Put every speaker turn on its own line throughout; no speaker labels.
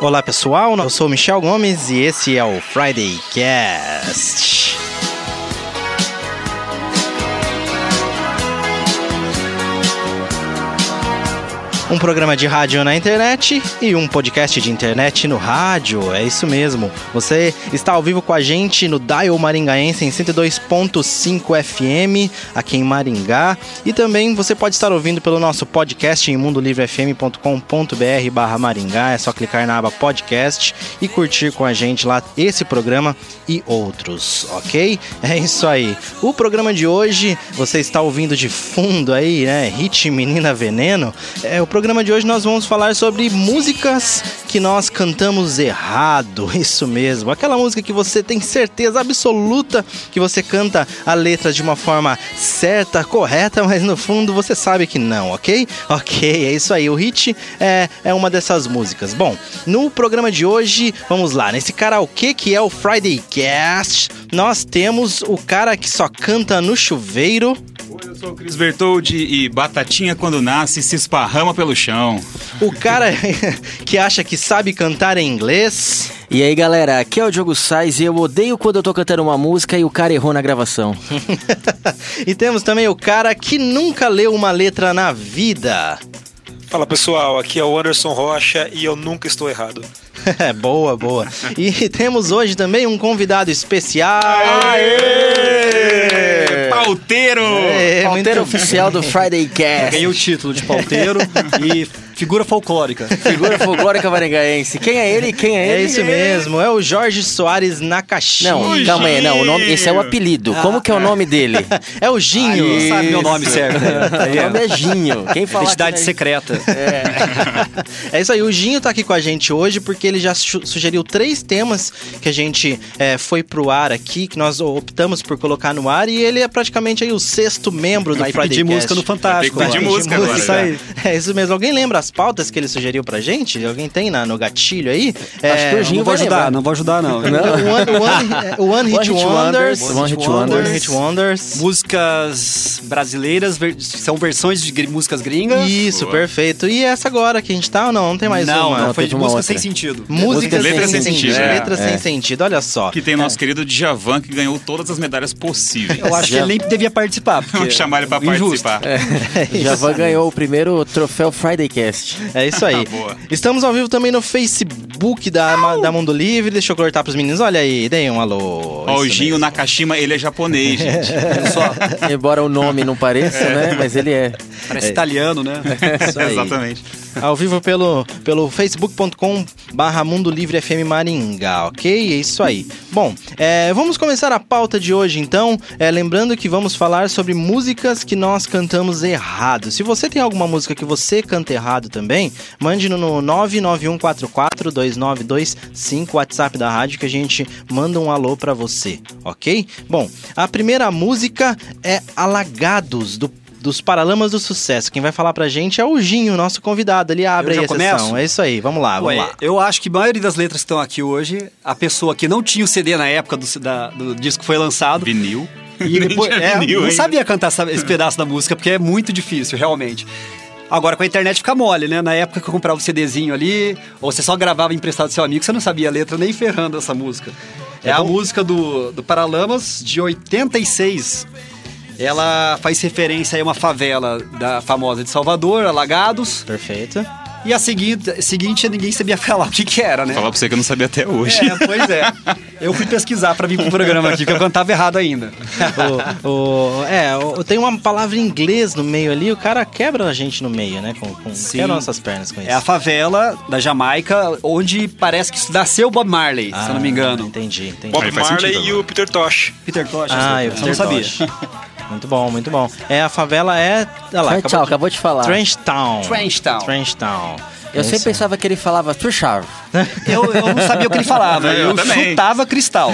Olá pessoal, eu sou Michel Gomes e esse é o Friday Cast. Um programa de rádio na internet e um podcast de internet no rádio, é isso mesmo. Você está ao vivo com a gente no Dial Maringaense em 102.5 FM, aqui em Maringá. E também você pode estar ouvindo pelo nosso podcast em mundolivrefm.com.br barra Maringá. É só clicar na aba podcast e curtir com a gente lá esse programa e outros, ok? É isso aí. O programa de hoje, você está ouvindo de fundo aí, né? Hit Menina Veneno. É, o programa de hoje nós vamos falar sobre músicas que nós cantamos errado. Isso mesmo. Aquela música que você tem certeza absoluta que você canta a letra de uma forma certa, correta, mas no fundo você sabe que não, ok? Ok, é isso aí. O hit é, é uma dessas músicas. Bom, no programa de hoje, vamos lá. Nesse karaokê que é o Friday Cast, nós temos o cara que só canta no chuveiro.
Oi, eu sou o Cris Bertoldi e batatinha quando nasce se esparrama pelo chão.
O cara que acha que sabe cantar em inglês.
E aí galera, aqui é o Diogo Sais e eu odeio quando eu tô cantando uma música e o cara errou na gravação.
e temos também o cara que nunca leu uma letra na vida.
Fala pessoal, aqui é o Anderson Rocha e eu nunca estou errado.
É, boa, boa. E temos hoje também um convidado especial.
Aê! Pauteiro!
É,
Pauteiro
muito-
oficial do Friday Cast.
Ganhei o título de pauteiro e figura folclórica.
Figura folclórica maringaense. Quem é ele? Quem é ele?
É isso mesmo, é o Jorge Soares Nakashi.
Não,
Ui,
calma aí, não. O nome,
Ginho.
esse é o apelido. Como que é o nome dele?
é o Ginho.
Não sabe meu nome certo. né? Tá
o
aí, ó.
nome é Ginho. Quem fala
Identidade
que-
secreta.
É isso aí, o Ginho tá aqui com a gente hoje porque ele já su- sugeriu três temas que a gente eh, foi pro ar aqui, que nós optamos por colocar no ar, e ele é praticamente aí o sexto membro do
Vai
Friday
pedir música no
Cast.
Fantástico.
Vai ter que pedir
agora.
música agora,
Isso aí.
É isso mesmo. Alguém lembra as pautas que ele sugeriu pra gente? Alguém tem na, no gatilho aí?
Acho que o Ginho
Não vou
vai
ajudar,
lembrar.
não vou ajudar
O
não.
One, o one, eh, o one Hit Wonders.
One Hit
One
Wonders.
Hit Wonders.
Músicas brasileiras ver- são versões de gr- músicas gringas.
Isso,
Boa.
perfeito. E essa agora que a gente tá ou não? Não tem mais
não,
uma.
não, foi
teve
de
uma
música
outra.
sem sentido.
Música
Música
sem, sentido.
sem sentido.
Letra
É,
sem sentido, olha só.
Que tem nosso querido Djavan que ganhou todas as medalhas possíveis.
Eu acho que
Já-
ele nem devia participar. porque- é
Chamaram ele pra
Injusto.
participar.
Javan ganhou o primeiro troféu Friday Cast.
É isso aí.
Tá Boa.
Estamos ao vivo também no Facebook da, Ma- da Mundo Livre. Deixa eu cortar pros meninos. Olha aí, deem um alô.
Ó, o
Isso
Ginho
mesmo.
Nakashima, ele é japonês, gente.
Embora o nome não pareça, né? Mas ele é.
Parece italiano, né?
Isso aí.
Exatamente.
Ao vivo pelo, pelo facebook.com barra Mundo Livre FM Maringá, ok? É isso aí. Bom, é, vamos começar a pauta de hoje então, é, lembrando que vamos falar sobre músicas que nós cantamos errado. Se você tem alguma música que você canta errado também, mande no 991442925, WhatsApp da rádio, que a gente manda um alô pra você, ok? Bom, a primeira música é Alagados, do dos Paralamas do Sucesso. Quem vai falar pra gente é o Ginho, nosso convidado. Ele abre
Eu
aí
já
a sessão.
começo?
É isso aí, vamos lá, vamos
Ué,
lá.
eu acho que a maioria das letras que estão aqui hoje, a pessoa que não tinha o CD na época do, da- do disco que foi lançado,
Vinil.
E depois,
Nem tinha
é,
vinil
não
ainda.
sabia cantar essa- esse pedaço da música, porque é muito difícil, realmente. Agora com a internet fica mole, né? Na época que eu comprava o CDzinho ali, ou você só gravava emprestado do seu amigo, você não sabia a letra nem ferrando essa música. É, a música do, do Paralamas de 86. Ela faz referência aí a uma favela da famosa de Salvador, Alagados.
Perfeito.
E a seguinte, seguinte ninguém sabia falar o que, que era, né?
Falar pra você que eu não sabia até hoje.
É, pois é. Eu fui pesquisar pra vir pro programa aqui, que eu cantava errado ainda.
O, o- é, o- tem uma palavra em inglês no meio ali, o cara quebra a gente no meio, né? Com, com,
Sim.
quebra nossas pernas com isso.
É a favela da Jamaica, onde parece que nasceu o Bob Marley, se eu não me engano.
Ah, Entendi, entendi.
Bob
Aí faz
Marley
sentido né?
e o Peter Tosh.
Peter Tosh,
Ah, eu
eu não sabia.
Muito bom, muito bom. É, a favela é. Olha lá,
Tchau, tchau, acabou de falar.
Trench Town.
Trench Town.
Trench Town.
Eu
É
sempre
isso aí.
pensava que ele falava Tushar.
Eu, eu não sabia o que ele falava,
Eu
eu,
também.
chutava cristal.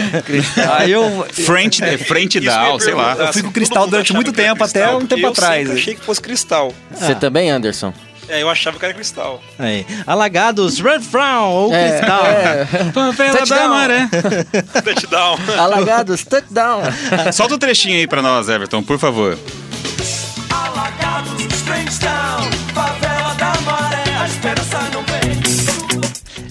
Aí eu,
Frente, é, frente
Isso eu
down,
ia
sei lá.
perguntar,
Eu fui com
assim,
cristal
todo mundo
durante
achava
muito
que era
tempo, até
cristal.
um tempo
eu
atrás.
sempre achei que fosse cristal.
Você também, Anderson?
É, eu achava que era cristal.
Aí. Alagados, Red Brown ou
É,
Cristal.
Favela
Touchdown.
é.
Touchdown.
Alagados, touchdown.
Solta o trechinho aí pra nós, Everton, por favor.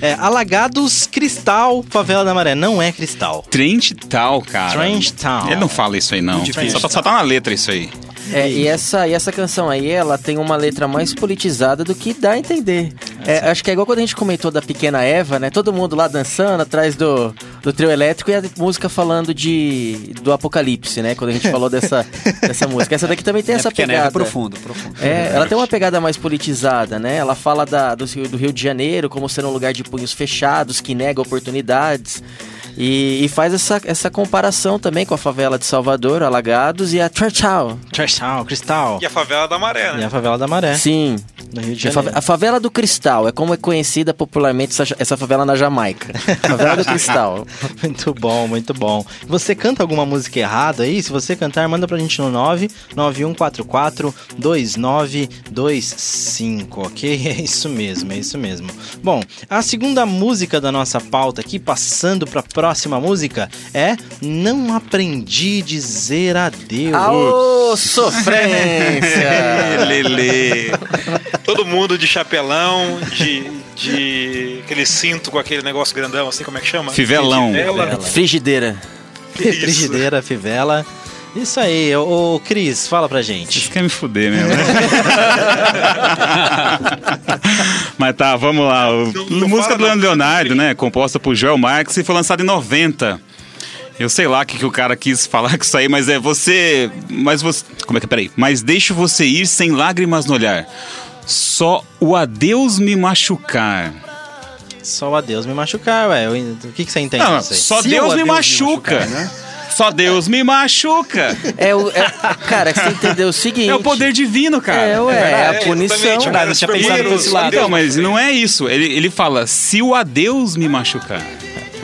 É, Alagados Cristal, Favela da Maré. Não é cristal.
Trent Tal, cara.
Trent Town.
Ele não fala isso aí, não. Só tá, só tá na letra isso aí.
É, e, essa, e essa canção aí, ela tem uma letra mais politizada do que dá a entender. É, acho que é igual quando a gente comentou da pequena Eva, né? Todo mundo lá dançando atrás do, do trio elétrico e a música falando de do apocalipse, né? Quando a gente falou dessa, dessa música. Essa daqui também tem essa
Porque a
pegada.
neve é profundo, profundo.
É, ela tem uma pegada mais politizada, né? Ela fala da- do, Rio- do Rio de Janeiro como sendo um lugar de punhos fechados, que nega oportunidades. E, e faz essa, essa comparação também com a favela de Salvador, Alagados, e a Tchau.
Trash Town, Cristal.
E a favela da maré,
E
né?
a Favela da Maré.
Sim.
No Rio É. de
A
Janeiro.
favela, a favela do Cristal é como é conhecida popularmente essa, essa favela na Jamaica. favela do Cristal.
Muito bom, muito bom. Você canta alguma música errada aí? Se você cantar, manda pra gente no 991442925, ok? É isso mesmo, é isso mesmo. Bom, a segunda música da nossa pauta aqui, passando pra próxima música, é Não Aprendi Dizer Adeus.
Aô, sofrência!
Lele.
Todo mundo de chapelão, de, de aquele cinto com aquele negócio grandão, assim, como é que chama?
Fivelão.
Fivela.
Frigideira.
Frigideira, fivela. Isso aí, ô ô, Cris, fala pra gente.
Vocês querem me fuder mesmo, né? Mas tá, vamos lá. O-
Não- não
música
fala
então do
não.
Leandro Leonardo, né? Composta por Joel Marx e foi lançada em 90. Eu sei lá o que, que o cara quis falar com isso aí, mas é você. Mas você. Como é que é? Peraí. Mas deixo você ir sem lágrimas no olhar. Só o adeus me machucar.
Só o adeus me machucar, ué. Eu- O que, que você entende
Não,
disso aí?
só
Se o
Deus me
adeus me
machuca.
machucar, né?
Só Deus me machuca.
É o. é- cara, você entendeu o seguinte.
É o poder divino, cara.
É, ué, é a
exatamente,
punição.
o
Ah, não
cara
tinha
se
pensado
proibiu,
por esse lado.
Então, mas não é isso. Ele, ele fala, se o adeus me machucar.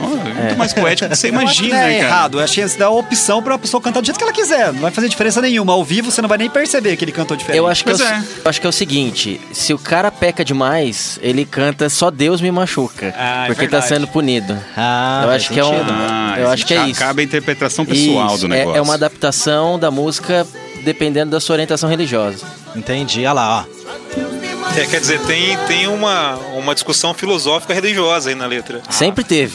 Ó, é muito mais poético do que você imagina,
é
né, cara?
errado. Eu achei que dá a opção pra pessoa cantar do jeito que ela quiser. Não vai fazer diferença nenhuma. Ao vivo você não vai nem perceber que ele cantou diferente.
Eu acho, que é o,
Pois é.
eu acho que é o seguinte: se o cara peca demais, ele canta só Deus me machuca.
Ah, é
porque
verdade.
tá sendo punido.
Ah,
eu
faz
acho que é um.
sentido.
Ah,
eu acho que é isso.
Acaba a interpretação pessoal
Isso,
do
é-
negócio.
É, uma adaptação da música dependendo da sua orientação religiosa.
Entendi, olha lá, ó.
É, quer dizer, tem, tem uma, uma discussão filosófica religiosa aí na letra.
Sempre teve.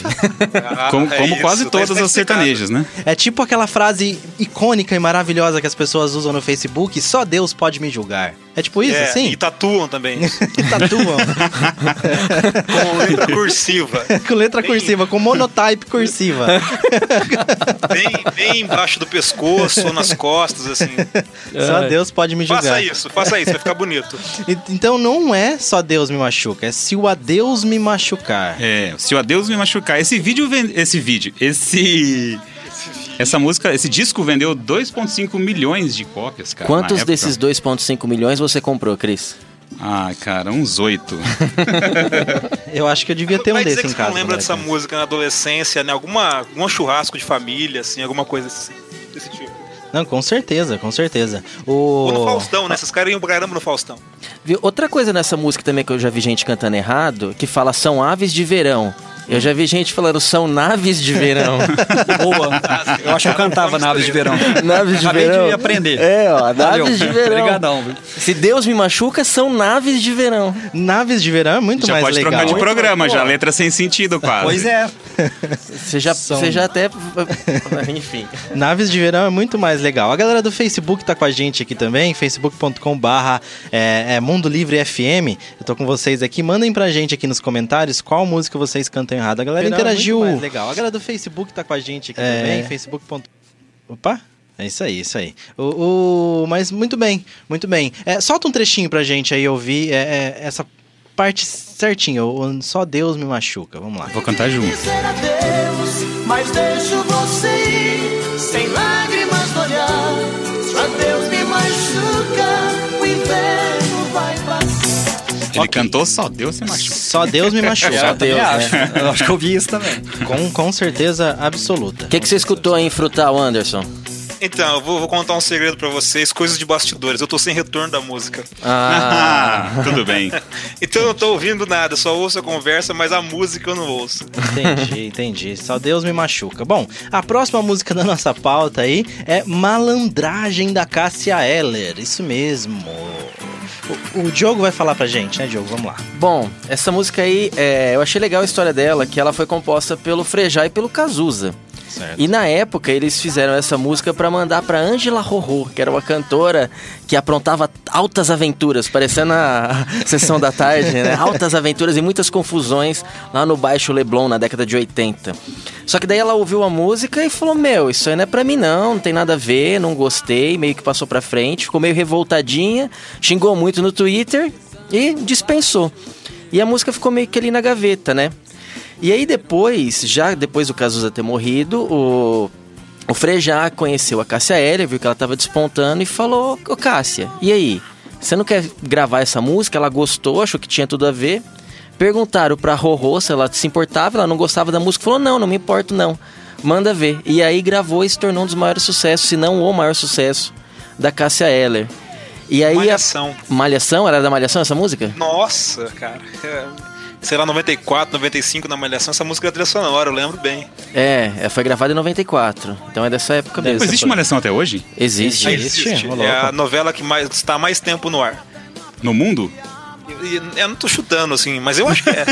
Ah,
Como,
é
como
isso,
quase
tá
todas as
explicado.
sertanejas, né?
É tipo aquela frase icônica e maravilhosa que as pessoas usam no Facebook, só Deus pode me julgar. É tipo isso,
É,
assim?
E tatuam também.
E tatuam.
com letra cursiva.
com letra cursiva, com monotype cursiva.
Bem, bem embaixo do pescoço ou nas costas, assim.
só Deus pode me julgar.
Faça isso, faça isso, vai ficar bonito.
E- Então não é só Deus me machuca, é se o adeus me machucar.
É, se o adeus me machucar. Esse vídeo vende... Esse vídeo. Esse... Essa música, esse disco vendeu 2,5 milhões de cópias, cara. na
Quantos
época.
desses 2,5 milhões você comprou, Cris?
Ah, cara, uns oito.
Eu acho que eu devia ter um
vai
desse
dizer é que
em
você
casa.
não lembra
moleque.
dessa música na adolescência, né? Alguma, algum churrasco de família, assim, alguma coisa desse, desse tipo.
Não, com certeza, com certeza. O...
Ou no Faustão, né? Esses caras iam pra caramba no Faustão.
Viu? Outra coisa nessa música também que eu já vi gente cantando errado, que fala são aves de verão. Eu já vi gente falando são naves de verão.
Boa. Eu acho que eu cantava na Aves de Verão.
é naves de
Acabei
verão.
de aprender.
É, ó, naves de verão.
Obrigadão. viu?
Se Deus me machuca, são naves de verão.
Naves de verão é muito
já
mais
pode
legal.
trocar de
Muito-
programa, já. Letra sem sentido, quase.
Pois é.
Você já,
São-
você já até. Enfim.
Naves de verão é muito mais legal. A galera do Facebook tá com a gente aqui também, facebook.com barra é, é, Mundo Livre FM. Eu tô com vocês aqui. Mandem pra gente aqui nos comentários qual música vocês cantam errado. A galera
Verão é
interagiu.
muito mais
legal. A galera do Facebook tá com a gente aqui
também,
facebook.com Opa! É isso aí, isso aí. O, o- mas muito bem, muito bem. É, solta um trechinho pra gente aí ouvir é, é, essa parte certinha. o- o Só Deus me machuca. Vamos lá.
Vou cantar junto.
dizer adeus, mas deixo você ir sem lágrimas no olhar. Só Deus me machuca, o inverno vai passar.
Ele cantou só Deus se machuca.
Só Deus me
Eu
machuca.
Deus,
também
né?
acho. Eu acho que eu vi isso também.
com, com certeza absoluta.
O que, que você escutou aí em Frutal, Anderson?
Então, eu vou, vou contar um segredo pra vocês, coisas de bastidores. Eu tô sem retorno da música.
Ah.
Ah, tudo bem.
Então eu não tô ouvindo nada, só ouço a conversa, mas a música eu não ouço.
Entendi, entendi. Só Deus me machuca. Bom, a próxima música da nossa pauta aí é Malandragem da Cássia Eller. Isso mesmo. O, o Diogo vai falar pra gente, né, Diogo? Vamos lá.
Bom, essa música aí, é, eu achei legal a história dela, que ela foi composta pelo Frejá e pelo Cazuza.
Certo.
E na época eles fizeram essa música pra mandar pra Angela Rorô, que era uma cantora que aprontava altas aventuras, parecendo a sessão da tarde, né? Altas aventuras e muitas confusões lá no Baixo Leblon na década de 80. Só que daí ela ouviu a música e falou: "Meu, isso aí não é pra mim não, não tem nada a ver, não gostei", meio que passou pra frente, ficou meio revoltadinha, xingou muito no Twitter e dispensou. E a música ficou meio que ali na gaveta, né? E aí depois, já depois do Cazuza ter morrido, o, o Frejá conheceu a Cássia Heller, viu que ela tava despontando e falou, ô Cássia, e aí? Você não quer gravar essa música? Ela gostou, achou que tinha tudo a ver. Perguntaram pra Rorô se ela se importava, ela não gostava da música, falou, não, não me importo não, manda ver. E aí gravou e se tornou um dos maiores sucessos, se não o maior sucesso da Cássia Heller. E aí
Malhação.
A... Malhação? Era da Malhação essa música?
Nossa, cara. É, Sei lá, 94, 95 na Malhação, essa música era trilha sonora, eu lembro bem.
É, é, foi gravada em 94. Então é dessa época mesmo.
Mas existe malhação até hoje?
Existe.
Existe? Ô, louco.
É a novela que mais, está há mais tempo no ar.
No mundo?
E- e eu não tô chutando, assim, mas eu acho que é.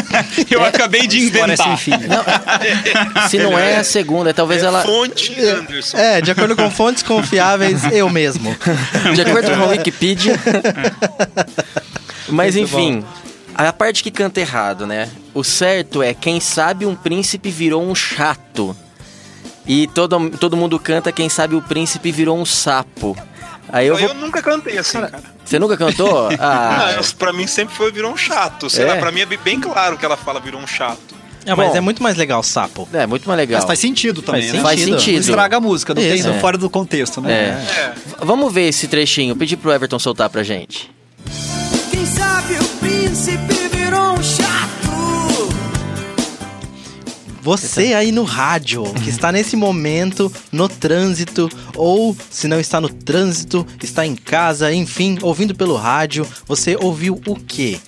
Eu acabei de
História sem
inventar.
fim.
Se não é a segunda, talvez
É
ela.
Fonte Anderson.
É, de acordo com fontes confiáveis, eu mesmo.
De acordo com a Wikipedia. Mas enfim, a parte que canta errado, né? O certo é quem sabe um príncipe virou um chato. E todo, todo mundo canta quem sabe o príncipe virou um sapo. Aí eu
Eu,
vou.
nunca cantei assim, cara.
Você nunca cantou?
Ah,
Ah,
eu- pra mim sempre foi virou um chato. Sei
É?
lá, pra mim é bem claro que ela fala virou um chato.
É, mas
Bom.
é muito mais legal o sapo.
é muito mais legal.
Mas faz sentido também,
Faz
né?
Faz sentido.
Não estraga a música, não
Isso,
tem
é.
fora do contexto, né?
É.
É.
Vamos ver esse trechinho. Pedir pro Everton soltar pra gente.
Quem sabe o príncipe virou um chato.
Você aí no rádio, que está nesse momento no trânsito, ou se não está no trânsito, está em casa, enfim, ouvindo pelo rádio, você ouviu o quê?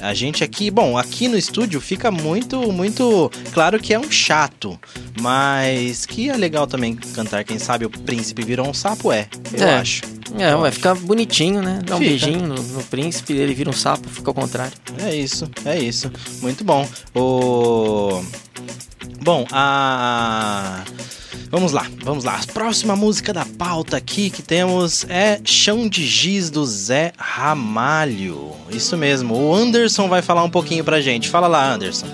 A gente aqui, bom, aqui no estúdio fica muito, muito claro que é um chato, mas que é legal também cantar. Quem sabe o príncipe virou um sapo, é, eu
É.
acho.
É, vai ficar bonitinho, né? Dá um
Fica.
beijinho no, no príncipe, ele vira um sapo, fica ao contrário.
É isso, é isso. Muito bom. O... Bom, a. Vamos lá, vamos lá. A próxima música da pauta aqui que temos é Chão de Giz do Zé Ramalho. Isso mesmo, o Anderson vai falar um pouquinho pra gente. Fala lá, Anderson.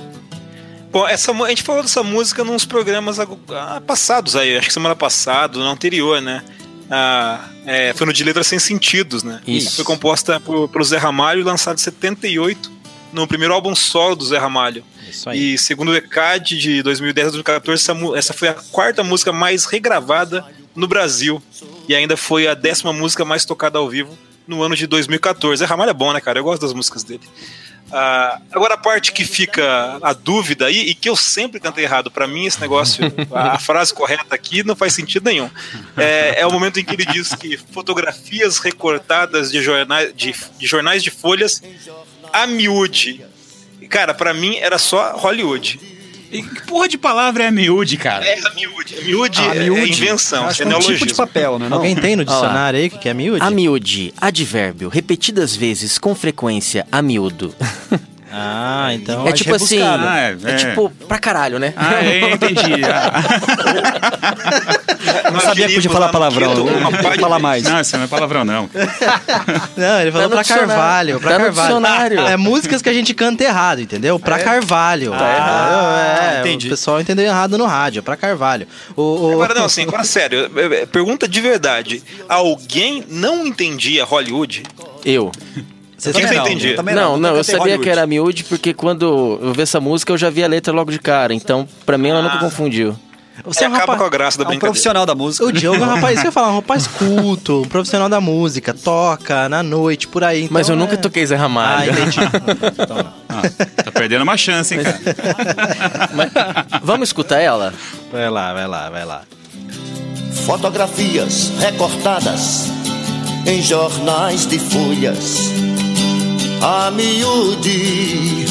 Bom, essa, mu- a gente falou dessa música nos programas agu- ah, passados aí, acho que semana passada, no anterior, né? Ah, é, foi no De Letras Sem Sentidos, né?
Isso.
Foi composta por, pelo Zé Ramalho, lançado em 78, no primeiro álbum solo do Zé Ramalho.
Isso aí.
E segundo o ECAD de 2010 a 2014, essa, mu- essa foi a quarta música mais regravada no Brasil. E ainda foi a décima música mais tocada ao vivo no ano de 2014. É Ramalho é bom, né, cara? Eu gosto das músicas dele. Ah, agora a parte que fica a dúvida aí, e que eu sempre cantei errado, pra mim esse negócio, a, a frase correta aqui não faz sentido nenhum. É, é o momento em que ele diz que fotografias recortadas de jornais de, de jornais de folhas a miúde. Cara, pra mim era só Hollywood.
E que porra de palavra é miúde, cara?
É a miúde. A miúde,
A
é-
miúde,
é invenção,
acho
é
que é um tipo de
neologismo.
papel, né? Não?
Alguém tem no
Olha lá.
dicionário aí o que que é miúde?
A miúde, advérbio, repetidas vezes, com frequência, a miúdo.
Ah, então.
é tipo assim,
Ah, é,
é,
é.
tipo pra caralho, né?
Ah, é, entendi. Ah.
não sabia que podia falar palavrão.
né?
Não podia falar mais.
Não, isso não é palavrão, não.
Não, ele
Tá
falou
no
pra
dicionário.
Carvalho. Pra
Tá no
Carvalho.
dicionário.
É músicas que a gente canta errado, entendeu?
É.
Pra Carvalho.
Tá
errado.
Ah,
É,
Entendi.
O pessoal entendeu errado no rádio, pra Carvalho. O, o-
Agora não, assim, agora sério, é- é- pergunta de verdade. Alguém não entendia Hollywood?
Eu.
Vocês
Quem que você
não,
entendia?
também
Não, não,
nunca
eu
cantei
sabia que
Hollywood.
era miúde porque quando eu vi essa música eu já vi a letra logo de cara. Então, pra mim ela nunca confundiu.
Você é um
acaba
rapaz.
com a graça da
É um
brincadeira.
profissional da música.
O Diogo é um rapaz, isso que eu ia falar, um rapaz culto, um profissional da música, toca na noite, por aí. então
Mas eu nunca
é-
toquei Zé
Ah,
Ramalho.
entendi. Então não.
Ah, tá perdendo uma chance, hein, cara.
Vamos escutar ela?
Vai lá, vai lá, vai lá.
fotografias recortadas em jornais de folhas. A miúde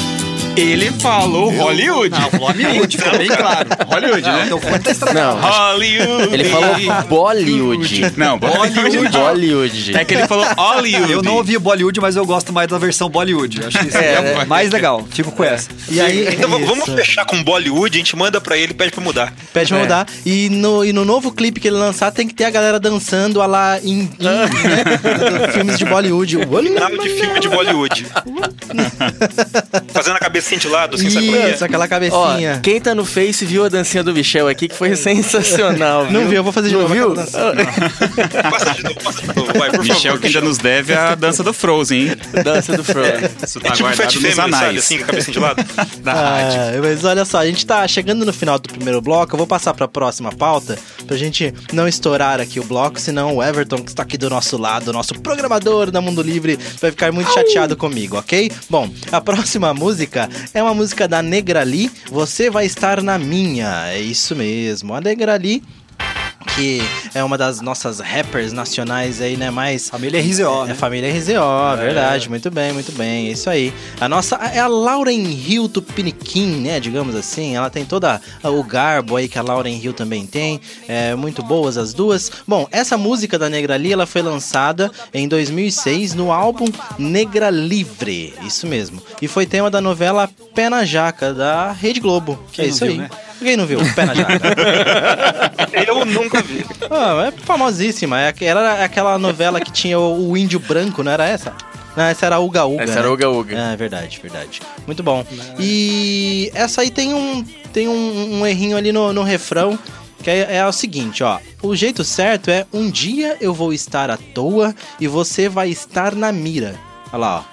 Ele falou Hollywood.
Não, Hollywood, ficou bem claro.
Hollywood, né?
Então, foi até estragado.
Não,
Hollywood.
ele falou Bollywood.
Não, Hollywood não.
Bollywood.
É que ele falou Hollywood.
Eu não ouvi Bollywood, mas eu gosto mais da versão Bollywood. Acho que isso
É,
é,
né?
mais legal. Fico com essa.
E aí.
Então v- vamos É. fechar com Bollywood, a gente manda pra ele e pede pra mudar.
Pede pra mudar. E no, e no novo clipe que ele lançar, tem que ter a galera dançando a lá em. em, né? Filmes de Bollywood.
Nada de filme de Bollywood. Fazendo a cabecinha de lado, assim, sabe? como é que
Isso,
é?
aquela
Ó,
cabecinha.
quem tá no Face viu a dancinha do Michel aqui, que foi sensacional.
Não viu, eu vou fazer de
Não
novo
Viu?
aquela
Passa de novo, passa de novo, vai, por
Michel
favor. É
que ainda nos deve a dança do Frozen, hein?
Dança do Frozen.
Isso tá
É tipo Fat
guardado nos
Family, sabe?
anais.
Assim, com a cabecinha de lado.
da rádio.
Ah, mas olha só, a gente tá chegando no final do primeiro bloco. Eu vou passar pra próxima pauta, pra gente não estourar aqui o bloco, senão o Everton, que está aqui do nosso lado, nosso programador da Mundo Livre, vai ficar muito chateado comigo, ok? Bom, a próxima música é uma música da Negra Lee, Você Vai Estar Na Minha. É isso mesmo, a Negra Lee, que é uma das nossas rappers nacionais aí, né? Mais
Família RZO,
é
né?
família RZO, verdade. Muito bem, muito bem. É isso aí. A nossa é a Lauren Hill Tupiniquim, né? Digamos assim. Ela tem toda a- o garbo aí que a Lauren Hill também tem. É, muito boas as duas. Bom, essa música da Negra Lee, ela foi lançada em 2006 no álbum Negra Livre. Isso mesmo. E foi tema da novela Pé na Jaca, da Rede Globo.
Quem
é
não
isso
viu,
aí.
né?
Quem não viu? Pé na Jaca.
Eu nunca vi.
Ah, é famosíssima. É aqu- Era aquela novela que tinha o, o índio branco, não era essa? Não, essa era a Uga Uga.
Essa era
né?
Uga Uga.
É, verdade, verdade. Muito bom. E essa aí tem um, tem um, um errinho ali no, no refrão, que é, é o seguinte, ó. O jeito certo é um dia eu vou estar à toa e você vai estar na mira. Olha lá, ó.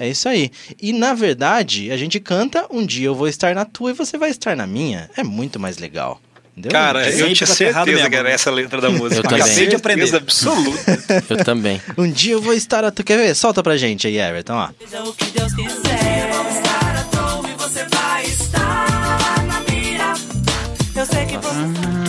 É isso aí. E na verdade, a gente canta um dia eu vou estar na tua e você vai estar na minha. É muito mais legal. Entendeu?
Cara, eu
Sempre
tinha
tá ferrado
certeza
mesmo.
que era essa a letra da música.
Eu também.
Acabei de aprender.
Certeza
absoluta.
Eu também.
Um dia eu vou estar à toa. Quer ver? Solta pra gente aí, Everton, ó.
Seja o que Deus quiser. Eu vou estar à toa e você vai estar na mira. Eu sei que você.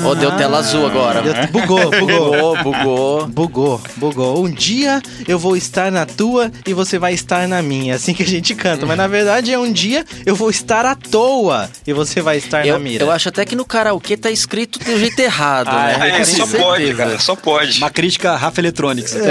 Ó, deu tela azul agora.
Deu- Bugou, bugou.
Tá Bugou, bugou.
Bugou, bugou. Um dia eu vou estar na tua e você vai estar na minha. Assim que a gente canta. Mas na verdade é um dia eu vou estar à toa e você vai estar
Eu,
na mira.
eu acho até que no karaokê tá escrito do jeito errado,
Ah,
né?
É,
Com
só
certeza.
pode, cara, só pode.
Uma crítica Rafa Electronics.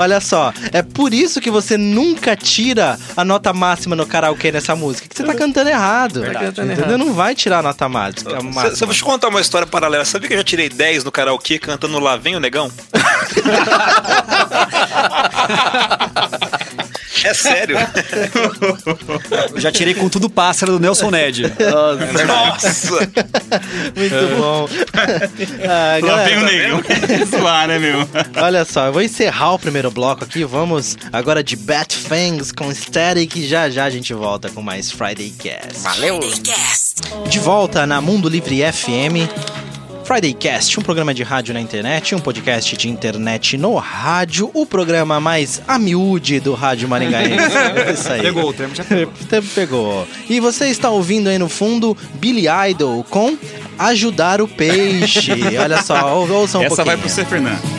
Olha só, é por isso que você nunca tira a nota máxima no karaokê nessa música. Que você tá cantando errado. entendeu? Não vai tirar a nota máxima. É a
Cê- cê-
máxima.
Vou te contar uma história paralela. Sabia que eu já tirei 10 no karaokê cantando Lá Vem o Negão? é sério.
Eu já tirei com tudo pássaro do Nelson Ned.
Nossa!
Muito tá bom. Ah,
Lá
galera,
vem o negão. É, tá Zoar, né, meu?
Olha só, eu vou encerrar o primeiro bloco aqui. Vamos agora de Bat Fangs com Static. Já já a gente volta com mais Friday Cast.
Valeu.
De volta na Mundo Livre FM. Friday Cast, um programa de rádio na internet, um podcast de internet no rádio, o programa mais amiúde do rádio maringaense. É isso aí.
Pegou o termo, já pegou.
Até pegou. E você está ouvindo aí no fundo Billy Idol com Ajudar o Peixe. Olha só, ou- ouça um
Essa
pouquinho.
vai pro C. Fernando.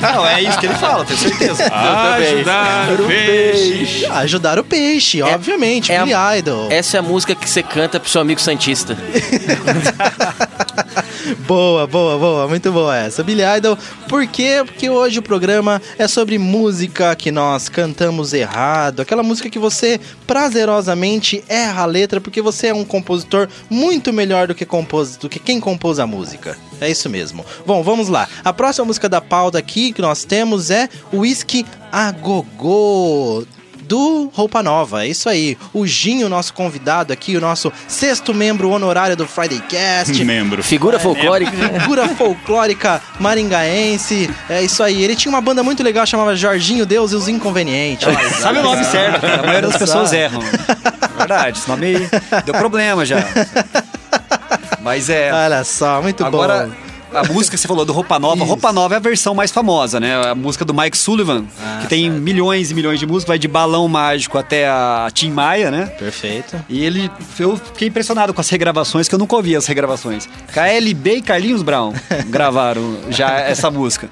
Não, é isso que ele fala, tenho certeza.
Ajudar o peixe.
Ajudar o peixe, obviamente,
é a-
Billy Idol.
Essa é a música que você canta pro seu amigo Santista.
Boa, boa, boa, muito boa essa. Billy Idol, por quê? Porque hoje o programa é sobre música que nós cantamos errado, aquela música que você prazerosamente erra a letra porque você é um compositor muito melhor do que, compôs, do que quem compôs a música. É isso mesmo. Bom, vamos lá. A próxima música da pauta aqui que nós temos é Whisky a Gogô do Roupa Nova, é isso aí. O Ginho, nosso convidado aqui, o nosso sexto membro honorário do Friday Cast.
Membro.
Figura folclórica.
Figura folclórica maringaense, é isso aí. Ele tinha uma banda muito legal, chamava Jorginho Deus e os Inconvenientes.
Sabe o nome certo, cara. A maioria das pessoas erram. Verdade, esse nome aí deu problema já. Mas é.
Olha só, Ah, muito
Agora,
bom.
a música que você falou do Roupa Nova, Roupa Nova é a versão mais famosa, né? A música do Mike Sullivan, que tem milhões e milhões de músicas, vai de Balão Mágico até a Tim Maia, né?
Perfeito.
E ele, eu fiquei impressionado com as regravações, que eu nunca ouvi as regravações. KLB e Carlinhos Brown gravaram já essa música.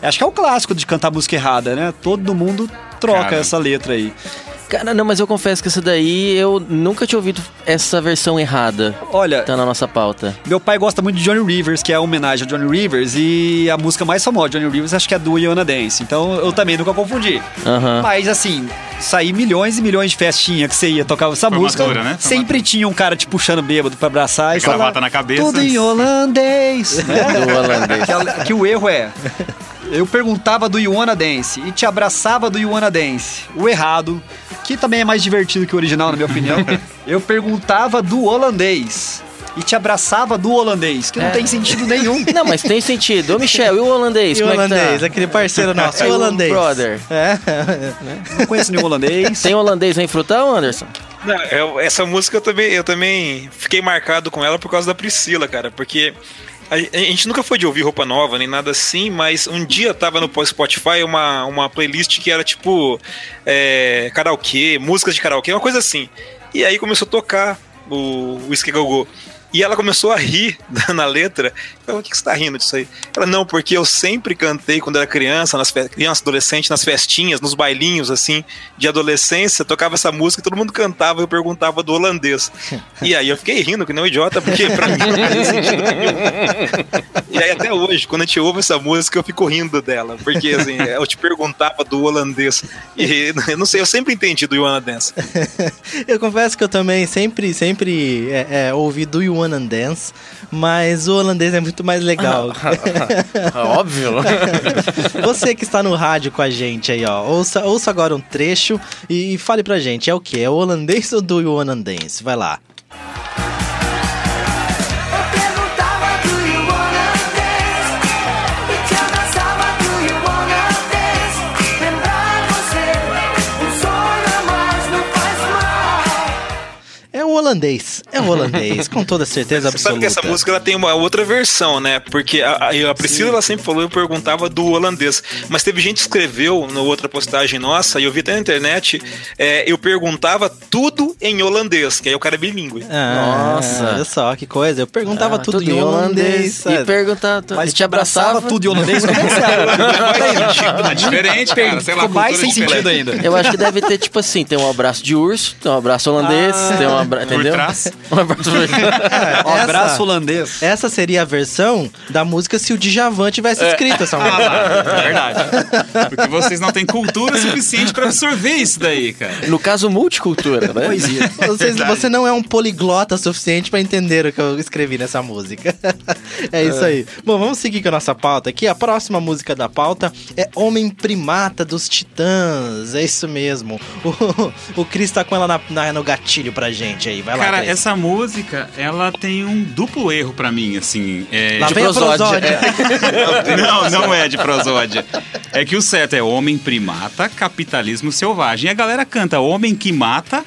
Acho que é o clássico de cantar música errada, né? Todo mundo troca
Cara.
essa letra aí.
Cara, não, mas eu confesso que essa daí eu nunca tinha ouvido essa versão errada.
Olha,
Tá na nossa pauta.
Meu pai gosta muito de Johnny Rivers, que é uma homenagem a Johnny Rivers, e a música mais famosa de Johnny Rivers acho que é a do Iana Dance. Então eu também nunca confundi.
Aham.
Mas assim, saí milhões e milhões de festinha que você ia tocar essa
Formatura,
música.
né? Formatura.
Sempre tinha um cara te puxando bêbado pra abraçar e
Gravata
falar,
na cabeça.
Tudo em holandês. né?
Do holandês.
que, a- que o erro é. Eu perguntava do Iwana Dance e te abraçava do Iwana Dance. O errado, que também é mais divertido que o original, na minha opinião. eu perguntava do holandês e te abraçava do holandês,
É.
que não tem sentido nenhum.
Não, mas tem sentido. Ô, Michel, e o holandês?
E o
Como
holandês,
é que tá?
aquele parceiro nosso,
E
o
o
holandês.
brother?
É.
Não conheço nenhum holandês.
Tem holandês em frutão, Anderson?
Não, eu- essa música eu também, eu também fiquei marcado com ela por causa da Priscila, cara, porque a, a gente nunca foi de ouvir roupa nova nem nada assim, mas um dia tava no Spotify uma, uma playlist que era tipo é, karaokê, músicas de karaokê, uma coisa assim. E aí começou a tocar o Whisky Gogô. E ela começou a rir na letra. Eu falei, o que que você tá rindo disso aí? Ela, não, porque eu sempre cantei quando era criança, nas fe- criança, adolescente, nas festinhas, nos bailinhos, assim, de adolescência, tocava essa música e todo mundo cantava e eu perguntava do holandês. E aí eu fiquei rindo, que nem um idiota, porque pra mim não fazia sentido nenhum. E aí até hoje, quando a gente ouve essa música, eu fico rindo dela, porque assim, eu te perguntava do holandês. E eu não sei, eu sempre entendi do Johanna Dance.
Eu confesso que eu também sempre, sempre é, é, ouvi Do You Wanna Dance, mas o holandês é muito mais legal.
Ah,
Óbvio.
Você que está no rádio com a gente aí, ó, ouça, ouça agora um trecho e, e fale pra gente, é o que? É o holandês ou Do You Wanna Dance? Vai lá.
Eu perguntava do you wanna dance E te abraçava do you wanna dance Lembrar você, um sonho a mais não faz mal
É o holandês, é o holandês, com toda certeza
Você
absoluta.
sabe que essa música ela tem uma outra versão, né? Porque a, a- a Priscila ela sempre falou, eu perguntava do holandês. Mas teve gente que escreveu na outra postagem nossa, e eu vi até na internet, é, eu perguntava tudo em holandês, que aí o cara é bilíngue.
Ah,
Nossa.
Olha só, que coisa. Eu perguntava
Ah,
tudo, em holandês. é.
E
sabe?
perguntava...
Mas
e te abraçava...
tudo em holandês, como é que você
Tá diferente, cara. Sei lá,
Ficou mais
cultura
sem
diferente.
sentido ainda.
Eu acho que deve ter, tipo assim, tem um abraço de urso, tem um abraço holandês, tem um abraço...
Ah. Por
Entendeu?
trás.
Um abraço...
É,
Um
Essa-
abraço holandês.
Essa seria a versão da música se o Djavan tivesse escrito essa
Ah
música.
lá, é verdade. Porque vocês não têm cultura suficiente pra absorver isso daí, cara.
No caso, multicultura, né?
é.
Poesia.
Vocês-
Verdade.
você não é um poliglota suficiente pra entender o que eu escrevi nessa música. é isso aí. Bom, vamos seguir com a nossa pauta aqui. A próxima música da pauta é Homem Primata dos Titãs. É isso mesmo. O, o Cris tá com ela na- na- no gatilho pra gente aí. Vai lá,
Cara,
Cris.
essa música, ela tem um duplo erro pra mim, assim. É,
Lá vem a
prosódia.
prosódia.
Não, não é de prosódia. É que o certo é homem primata, capitalismo selvagem. E a galera canta homem que mata.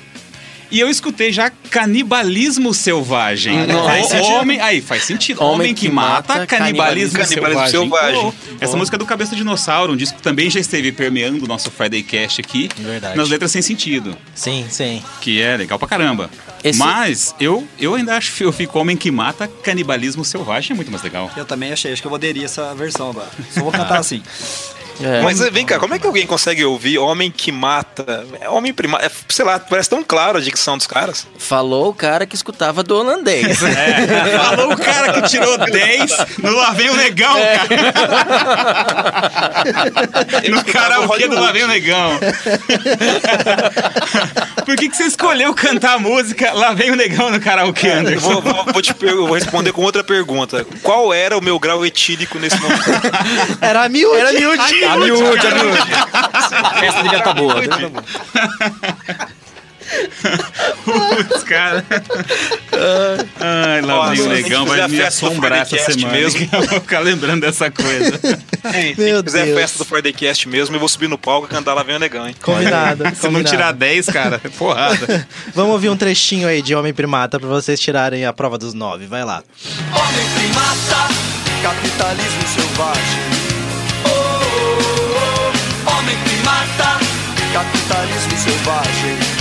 E eu escutei já canibalismo selvagem. Aí, homem, aí Ah, faz sentido. Homem, que, mata, canibalismo,
canibalismo
selvagem.
selvagem.
Pô, Essa música é do Cabeça Dinossauro, um disco que também já esteve permeando o nosso Friday Cast aqui.
Verdade.
Nas letras sem sentido,
Sim, sim.
que é legal pra caramba.
Esse-
Mas eu, eu ainda acho que eu fico homem que mata, canibalismo selvagem é muito mais legal.
Eu também achei, acho que eu vou aderir essa versão agora. Só vou cantar assim.
É.
Mas vem cá, como é que alguém consegue ouvir homem que mata? É Homem primata. é, sei lá, parece tão claro a dicção dos caras.
Falou o cara que escutava do holandês.
É. Falou o cara que tirou 10 no Lá Vem o Negão,
É.
cara. No karaokê do Lá Vem o Negão. Por que, que você escolheu cantar a música Lá Vem o Negão no karaokê,
Eu
Anderson?
vou, vou- vou te per- eu vou responder com outra pergunta. Qual era o meu grau etílico nesse momento?
Era a miúde. Era miúde.
A miúde, a miúde. Essa devia estar boa.
Putz, cara. Ai, Lá
Nossa,
Vem o
se a gente
Negão
fizer
vai
a
me
festa do
assombrar essa
Friendcast
semana.
mesmo.
Eu vou ficar lembrando dessa coisa.
Ei, Se
Meu
quiser
Deus.
a festa do Fridaycast mesmo, eu vou subir no palco e cantar Lá Vem o Negão, hein?
Combinado.
Se não
combinado.
tirar 10, cara, é porrada.
Vamos ouvir um trechinho aí de Homem Primata pra vocês tirarem a prova dos nove. Vai lá.
Homem primata,
capitalismo selvagem. Oh, oh, oh, homem primata, capitalismo selvagem.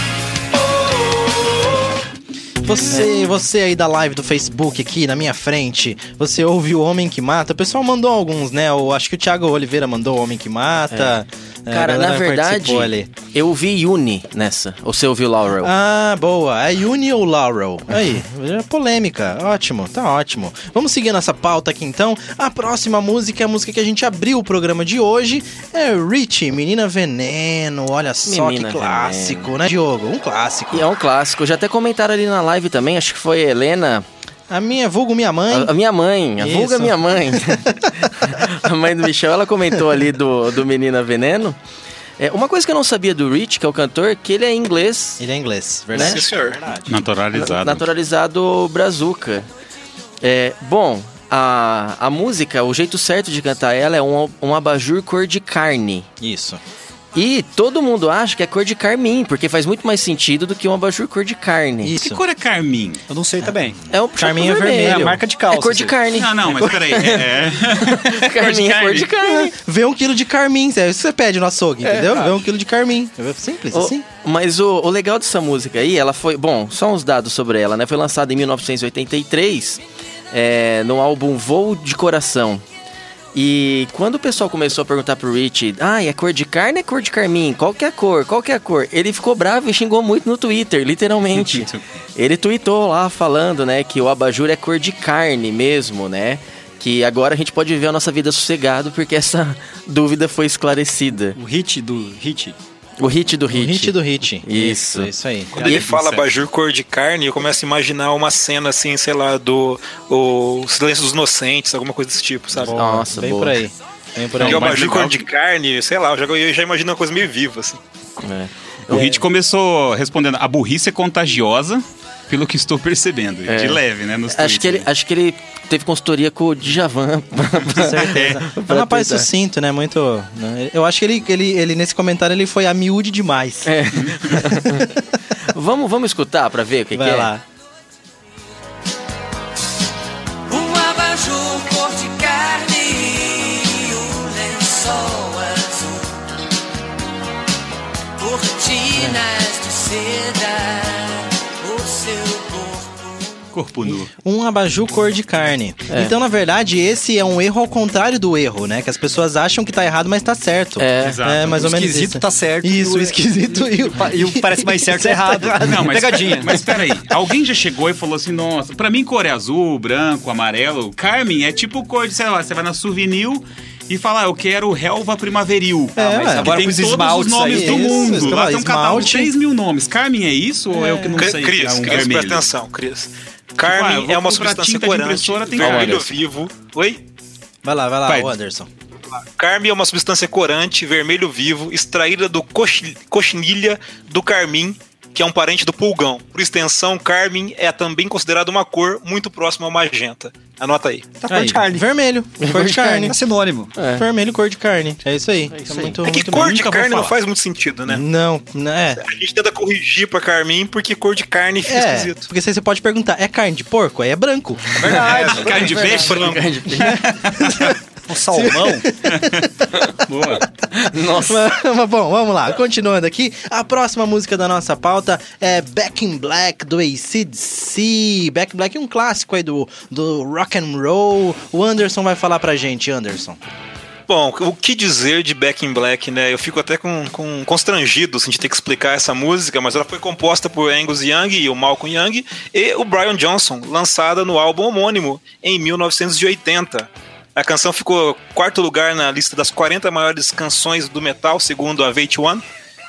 Você, você aí da live do Facebook aqui na minha frente, você ouve o Homem que Mata? O pessoal mandou alguns, né? Eu acho que o Thiago Oliveira mandou o Homem que Mata. É, a
Cara, na
galera
verdade,
participou ali.
eu ouvi Yuni nessa. Ou você ouviu Laurel?
Ah, boa. É Uni ou Laurel? Aí, é polêmica. Ótimo, tá ótimo. Vamos seguir nossa pauta aqui então. A próxima música é a música que a gente abriu o programa de hoje. É Rich, Menina Veneno. Olha só
Menina
que clássico, né, Diogo? Um clássico.
E é um clássico. Já até comentaram ali na live também, acho que foi a Helena.
A minha vulgo minha mãe.
A, a minha mãe, a
Isso.
vulga minha mãe. a mãe do Michel, ela comentou ali do, do Menina Veneno. É, uma coisa que eu não sabia do Rich, que é o cantor, que ele é inglês,
Ele é inglês,
Sim,
verdade?
Né?
senhor.
Naturalizado.
naturalizado brazuca. É, bom, a, a música, o jeito certo de cantar ela é um, um abajur cor de carne.
Isso.
E todo mundo acha que é cor de carmim, porque faz muito mais sentido do que um abajur cor de carne.
Que
Isso.
cor é carmim?
Eu não sei também.
É um
Carmim é
chapéu
vermelho.
É a marca de calça,
É cor de
assim.
carne.
Ah, não, mas peraí. É, é...
Carmim é cor de carne.
Vê um quilo de carmim, é isso que você pede no açougue, entendeu? Vê um quilo de carmim. Simples
O-
assim.
Mas o, o legal dessa música aí, ela foi. Bom, só uns dados sobre ela, né? Foi lançada em 1983 é, no álbum Voo de Coração. E quando o pessoal começou a perguntar pro Rich, ah, é cor de carne ou é cor de carmim? Qual que é a cor? Qual que é a cor? Ele ficou bravo e xingou muito no Twitter, literalmente. Ele tweetou lá falando, né, que o abajur é cor de carne mesmo, né? Que agora a gente pode viver a nossa vida sossegado porque essa dúvida foi esclarecida.
O hit do hit.
O hit do
O
hit.
hit do hit.
Isso.
Isso aí.
Quando ele fala abajur cor de carne, eu começo a imaginar uma cena assim, sei lá, do o Silêncio dos Inocentes, alguma coisa desse tipo, sabe?
Boa. Nossa,
Vem
boa.
por aí. Vem por aí.
Porque o
Não, mas
abajur
legal
cor de carne, sei lá, eu já, eu já imagino uma coisa meio viva, assim.
É.
O Hit começou respondendo: a burrice é contagiosa, pelo que estou percebendo. De leve, né? Nos
Acho que, ele,
tweets, né?
acho que ele teve consultoria com o Djavan.
Com certeza. É um rapaz sucinto, né? Muito. né? Eu acho que ele, ele, ele, nesse comentário, ele foi a miúde demais.
É. vamos, vamos escutar pra ver o que, que
Vai
é?
lá.
Um abajur cor de carne e um lençol azul. Cortinas de seda, o seu corpo.
Corpo nu.
Um abajur cor de carne. Então, na verdade, esse é um erro ao contrário do erro, né? Que as pessoas acham que tá errado, mas tá certo.
É.
Exato.
É, mais
O
ou menos
esquisito
isso.
tá certo.
Isso, o esquisito e o...
E o que parece mais certo é errado.
Não, mas,
Pegadinha.
Mas peraí, alguém já chegou e falou assim: nossa, pra mim cor é azul, branco, amarelo. Carmen é tipo cor de, sei lá, você vai na Souvenir e fala: ah, eu quero relva primaveril.
É, ué.
que
agora
tem
com os
todos
esmaltes
os nomes
aí.
do
Isso,
mundo.
isso que eu
Lá
falo,
tem um catálogo de
esmalte.
3 mil nomes. Carmen é isso ou é eu que não
Cri-
sei?
Cris,
é um
Cris,
vermelho?
presta atenção, Cris.
Ah, eu
Carne
vou
é
comprar
uma substância
tinta de
corante,
impressora, tem
vermelho
várias.
vivo. Oi?
Vai lá, vai lá,
Vai.
o Anderson.
Carme é uma substância corante, vermelho vivo, extraída do coxi- cochinilha do carmim, que é um parente do pulgão. Por extensão, carmim é também considerado uma cor muito próxima ao magenta. Anota aí.
Tá
é
cor de carne.
Vermelho. Cor de carne.
Tá sinônimo.
É.
Vermelho, cor de carne. É isso aí. É, muito,
É que
muito
cor
bem.
de
nunca vou
carne não
falar.
faz muito sentido, né?
Não, né?
A gente tenta corrigir pra carmim porque cor de carne fica
É,
esquisito.
porque você pode perguntar, é carne de porco? Aí é branco.
Verdade.
É, Carne de né? peixe?
Um salmão.
Boa.
Nossa. Mas bom, vamos lá. Continuando aqui, a próxima música da nossa pauta é Back in Black do ACDC. Back in Black é um clássico aí do, do rock and roll. O Anderson vai falar pra gente, Anderson.
Bom, o que dizer de Back in Black, né? Eu fico até com, com- constrangido assim, de ter que explicar essa música, mas ela foi composta por Angus Young e o Malcolm Young e o Brian Johnson, lançada no álbum homônimo em 1980. A canção ficou quarto lugar na lista das 40 maiores canções do metal, segundo a VH1,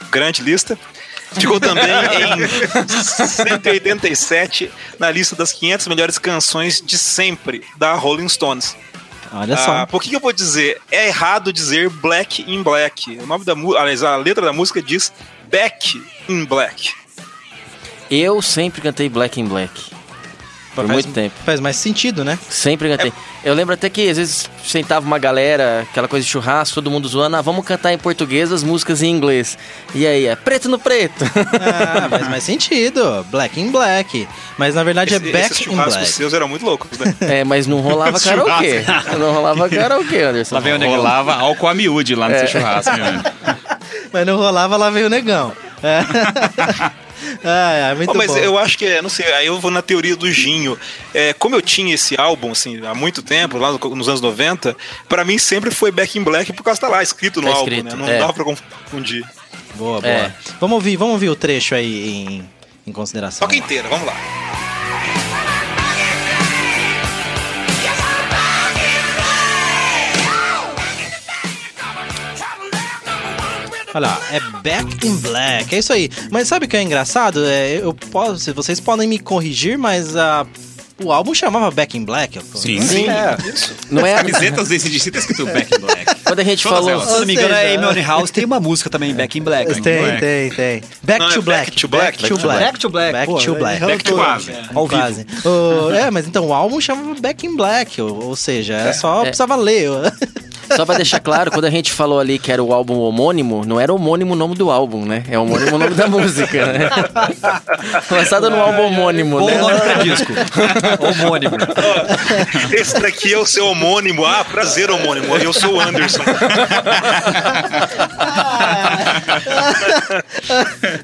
grande lista. Ficou também em 187 na lista das 500 melhores canções de sempre da Rolling Stones.
Olha
Ah, por que, que eu vou dizer? É errado dizer black in black. O nome da música, aliás, a letra da música diz back in black.
Eu sempre cantei Black in Black. Por
Faz-
muito tempo.
Faz mais sentido, né?
Sempre cantei.
É.
Eu lembro até que às vezes sentava uma galera, aquela coisa de churrasco, todo mundo zoando, ah, vamos cantar em português as músicas em inglês. E aí, é preto no preto.
Ah, faz mais sentido. Black in black. Mas na verdade é
Esse- esses
back in
churrascos
black.
seus eram muito loucos, né?
é, mas não rolava karaokê. Não rolava karaokê, Anderson.
Lá Rolava álcool a miúde lá no
É.
seu churrasco. né?
Mas não rolava, lá veio o negão. É. Ah, é, muito
Ó, mas
bom.
eu acho que é, não sei, aí eu vou na teoria do Ginho. É, como eu tinha esse álbum, assim, há muito tempo, lá no- nos anos 90, pra mim sempre foi Back in Black por causa que tá lá escrito no
Tá
álbum,
escrito,
né? Não
é.
dava pra confundir.
Boa, boa.
É.
Vamos ouvir, vamos ouvir o trecho aí em, em consideração.
Toca inteira, vamos lá.
Olha lá, é Back in Black, é isso aí. Mas sabe o que é engraçado? É, eu posso, vocês podem me corrigir, mas a, o álbum chamava Back in Black. eu tô-
Sim.
Não é,
Camisetas desse de tá escrito Back in Black.
quando a gente
Todas
falou...
elas.
Se não me engano,
seja-
a Amy House tem uma música também, Back in Black. né?
Tem,
Black.
tem, tem. Back
Não,
to
é
Black.
Back to Black.
Back to Black.
Back to Black,
Back
pô,
to Black.
errou
Back to
tudo.
quase.
Ao vivo.
Quase. O- é, mas então o álbum chamava Back in Black, ou, ou seja, é só
É.
precisava ler.
Só pra deixar claro, quando a gente falou ali que era o álbum homônimo, não era homônimo o nome do álbum, né? É homônimo o nome da música, né? Lançada no álbum homônimo,
Bom
né?
nome pra disco. Homônimo.
Esse daqui é o seu homônimo. Ah, prazer, homônimo. Eu sou o Anderson.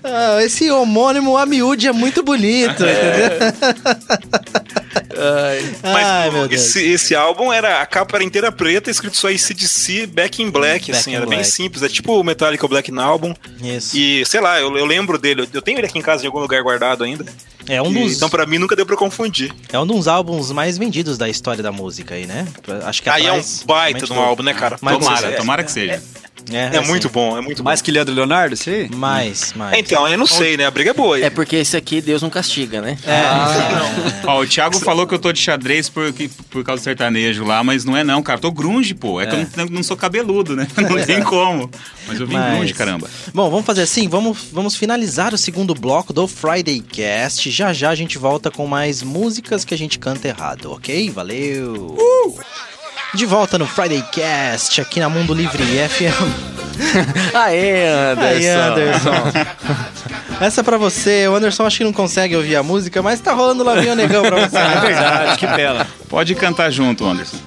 Ah, Esse homônimo a miúde é muito bonito, entendeu?
Mas
Ai,
pô,
meu Deus.
esse, esse álbum era. A capa era inteira preta, escrito só ICDC Back in Black,
Back
assim,
in
era bem
Black.
simples. É tipo o Metallica Black in Album.
Isso.
E, sei lá, eu, eu lembro dele. Eu tenho ele aqui em casa em algum lugar guardado ainda.
é, um
E,
dos,
Então, pra mim, nunca deu pra confundir.
é um dos álbuns mais vendidos da história da música aí, né? Acho que
Aí é um
atrás,
baita
realmente,
de
do-
um álbum, né, cara?
Mas-
Tomara,
Tomara,
tomara.
tomara que seja.
É, muito bom, é muito bom.
Mais que Leandro Leonardo, isso aí?
Mais, mais.
É, Então, eu não sei, né? A briga é boa. aí.
É porque esse aqui Deus não castiga, né?
Ó, o Thiago falou que eu tô de xadrez por, que- por causa do sertanejo lá, mas não é não, cara. Eu tô grunge, pô. É que eu não, não sou cabeludo, né? Não tem como. Mas eu vim
Mas-
grunge, caramba.
Bom, vamos fazer assim, vamos, vamos finalizar o segundo bloco do Friday Cast. Já já a gente volta com mais músicas que a gente canta errado, ok? Valeu!
Uh!
De volta no Friday Cast, aqui na Mundo Livre FM.
Aê, Anderson.
Aí, Anderson. Essa é pra você. O Anderson acho que não consegue ouvir a música, mas tá rolando lá o negão pra você.
É verdade, que pena.
Pode cantar junto, Anderson.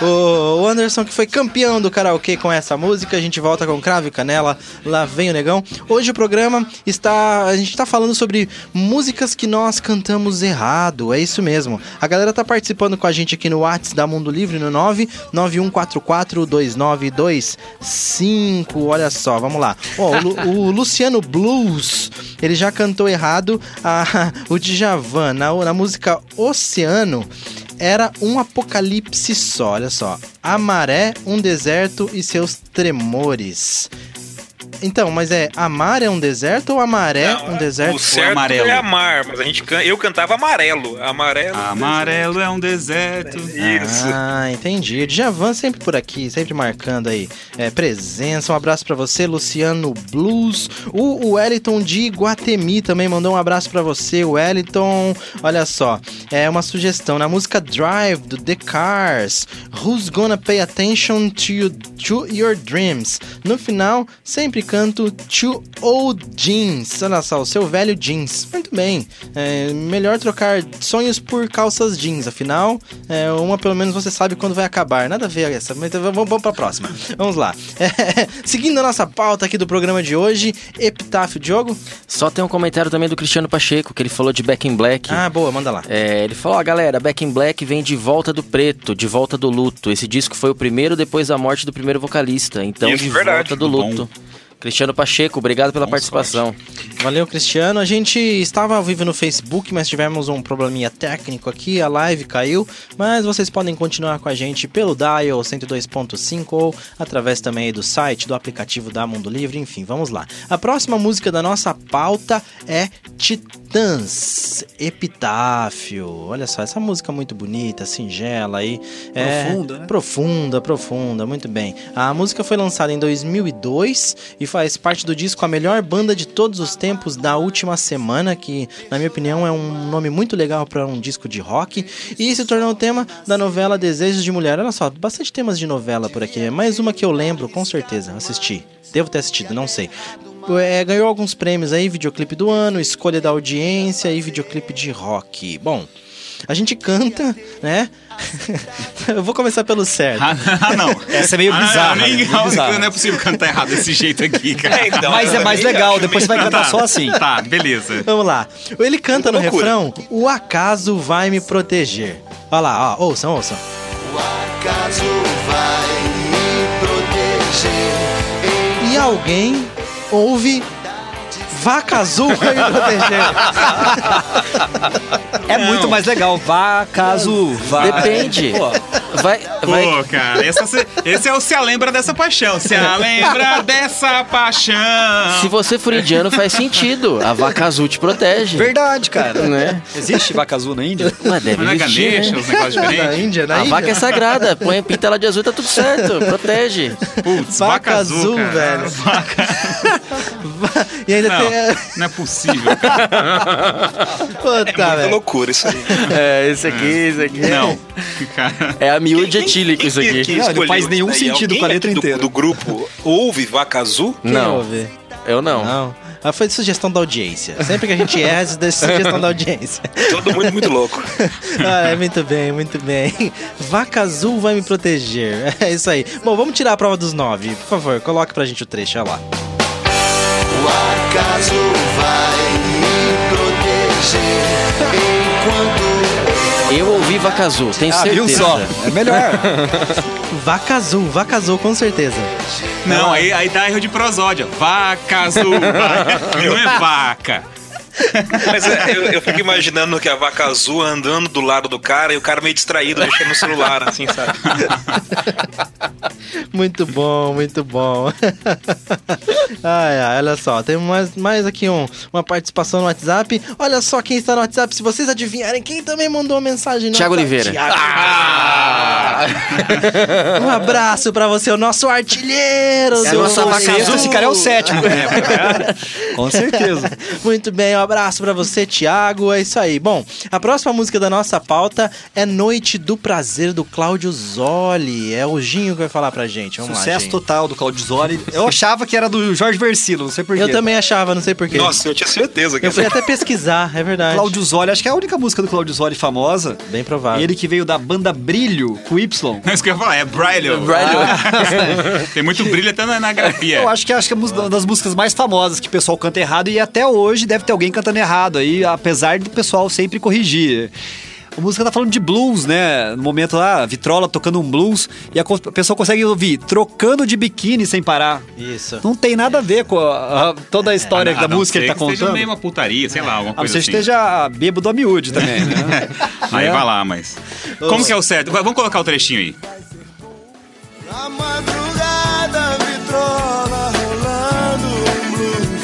O Anderson, que foi campeão do karaokê com essa música, a gente volta com Cravo e Canela, lá vem o negão. Hoje o programa está. A gente está falando sobre músicas que nós cantamos errado, é isso mesmo. A galera tá participando com a gente aqui no Whats da Mundo Livre, no 991442925. Olha só, vamos lá. Ó, o, Lu- o Luciano Blues, ele já cantou errado a- o Djavan na, na música Oceano era um apocalipse só, olha só. A maré, um deserto e seus tremores. Então, mas é amar é um deserto ou a maré
Não,
um deserto?
O certo
amarelo?
é amar, mas a gente can... eu cantava amarelo. Amarelo.
Amarelo é um deserto.
Isso.
Ah, entendi. Djavan sempre por aqui, sempre marcando aí é, presença. Um abraço pra você, Luciano Blues. O Wellington de Guatemi também mandou um abraço pra você, Wellington. Olha só, é uma sugestão na música Drive do The Cars. Who's gonna pay attention to, you- to your dreams? No final, sempre canto to old jeans. Olha só, o seu velho jeans. Muito bem. É, melhor trocar sonhos por calças jeans. Afinal, é, uma pelo menos você sabe quando vai acabar. Nada a ver essa, mas vamos, vamos pra próxima. Vamos lá. É, seguindo a nossa pauta aqui do programa de hoje, Epitáfio Diogo.
Só tem um comentário também do Cristiano Pacheco, que ele falou de Back in Black.
Ah, boa, manda lá.
É, ele falou, ó, galera, Back in Black vem de volta do preto, de volta do luto. Esse disco foi o primeiro depois da morte do primeiro vocalista, então
Isso,
de
verdade.
volta do
Bom.
luto. Cristiano Pacheco, obrigado pela
Bom
participação.
Valeu, Cristiano. A gente estava ao vivo no Facebook, mas tivemos um probleminha técnico aqui, a live caiu, mas vocês podem continuar com a gente pelo dial 102.5 ou através também aí do site, do aplicativo da Mundo Livre, enfim, vamos lá. A próxima música da nossa pauta é Titãs, Epitáfio. Olha só, essa música muito bonita, singela aí. É,
Profunda, né?
Profunda, profunda, muito bem. A música foi lançada em 2002 e faz parte do disco A Melhor Banda de Todos os Tempos da Última Semana, que, na minha opinião, é um nome muito legal para um disco de rock, e se tornou o tema da novela Desejos de Mulher. Olha só, bastante temas de novela por aqui, é mais uma que eu lembro, com certeza, assisti. Devo ter assistido, não sei. É, ganhou alguns prêmios aí, videoclipe do ano, escolha da audiência e videoclipe de rock. Bom, a gente canta, né? eu vou começar pelo certo.
Ah, não.
Essa é meio bizarra, né?
nem-
Meio bizarra.
Não é possível cantar errado desse jeito aqui, cara.
É, então,
Mas é
eu
mais
também
legal,
acho
depois você vai cantar só assim.
Tá, beleza.
Vamos lá. Ele canta no
Loucura.
refrão: O acaso vai me proteger. Olha lá, ó, ouçam, ouçam.
O acaso vai me proteger.
E alguém ouve. Vaca azul vai me proteger.
É muito mais legal. Vá, caso vá.
Depende.
Pô,
Vai, vai,
Pô, cara, essa se- esse é o Se a Lembra dessa paixão. Se a Lembra dessa
Se
paixão.
você for indiano, faz sentido. A vaca azul te protege.
Verdade, cara.
Né?
Existe vaca azul na Índia?
Mas deve
Não é
existir,
Ganesha,
né?
os negócios
Na
diferentes?
Índia, na
A
Índia.
vaca é sagrada. Põe, pinta ela de azul, tá tudo certo. Protege.
Putz,
Vaca
vaca, azul,
azul,
cara.
velho.
Vaca...
E ainda
Não,
tem.
não é possível, cara.
Puta,
É
velho.
loucura isso aí.
É, isso aqui, isso aqui.
Não, cara.
É a miúde
Quem-
etílica
quem-
isso
quem- quem
Não,
aqui.
não
escolheu
faz nenhum
isso daí?
sentido
Alguém
com a letra
aqui do-
inteira.
Do grupo ouve vaca azul?
Quem
Não,
ouve?
eu não.
Não. Ah, foi sugestão da audiência. Sempre que a gente erra, isso é sugestão da audiência.
Todo mundo muito louco.
Ah, é, muito bem, muito bem. Vaca azul vai me proteger. É isso aí. Bom, vamos tirar a prova dos nove. Por favor, coloque pra gente o trecho, olha lá.
O acaso vai me proteger. Enquanto
Eu ouvi vaca azul, tenho
Ah,
certeza.
viu só? É melhor.
Vaca azul, vaca azul, com certeza.
Não, aí, aí dá erro de prosódia. Vaca azul. vaca. Não é vaca.
Mas é, eu, eu fico imaginando que a vaca azul andando do lado do cara e o cara meio distraído mexendo no celular, assim, sabe?
Muito bom, muito bom. ai, ai, olha só, tem mais, mais aqui um, uma participação no WhatsApp. Olha só quem está no WhatsApp, se vocês adivinharem quem também mandou uma mensagem no
Thiago
WhatsApp.
Oliveira.
Thiago Oliveira. Um abraço pra você, o nosso artilheiro.
É a
do
nossa vaca
momento.
azul.
Esse cara é o sétimo. Com certeza.
Muito bem, um abraço pra você, Thiago. É isso aí. Bom, a próxima música da nossa pauta é Noite do Prazer do Cláudio Zoli. É o Ginho que vai falar pra gente. Vamos lá,
Sucesso
Ginho.
total do Claudio Zoli. Eu achava que era do Jorge Versilo, não sei porquê.
Eu também achava, não sei porquê.
Nossa, eu tinha certeza que
Eu fui até pesquisar, é verdade.
Claudio Zoli, acho que é a única música do Claudio Zoli famosa.
Bem provável.
Ele que veio da banda Brilho, com Y.
Não é isso que eu ia falar, é Braille.
Ah.
Brilho.
Tem muito brilho até na, na grafia.
Eu acho que acho que é uma das músicas mais famosas que o pessoal canta errado e até hoje deve ter alguém cantando errado aí, apesar do pessoal sempre corrigir. A música tá falando de blues, né? No momento lá, a Vitrola tocando um blues e a co- a pessoa consegue ouvir trocando de biquíni sem parar.
Isso.
Não tem nada a ver com a- a- toda a história
Ah,
da
não
música que
sei
ele tá
seja
contando.
meio uma putaria, sei lá, alguma
Ah,
coisa
você
assim.
esteja bêbado a miúde também, né?
Aí vai lá, mas... Como que é o certo? Vai, Vamos colocar o trechinho aí.
na madrugada, vitrola rolando um blues.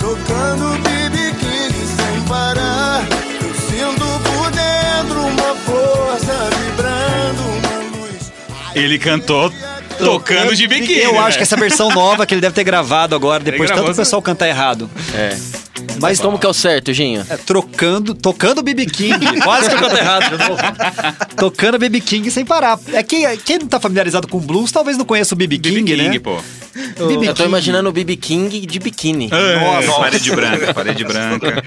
Tocando BB King sem parar. Eu sinto por dentro uma força vibrando uma luz.
Ele cantou tocando de biquíni.
Eu acho
velho.
que essa versão nova que ele deve ter gravado agora, depois de
gravou
tanto
essa- É.
o
Tá
pessoal cantar errado.
Mas como que é o certo, Ginho?
É, trocando, tocando BB King. Quase que eu canto errado de novo. Tocando BB King sem parar. É quem, quem não tá familiarizado com blues, talvez não conheça o BB
BB
King, né?
pô.
BB
Eu tô imaginando o BB King de biquíni.
Ah.
Nossa, parede branca, parede branca.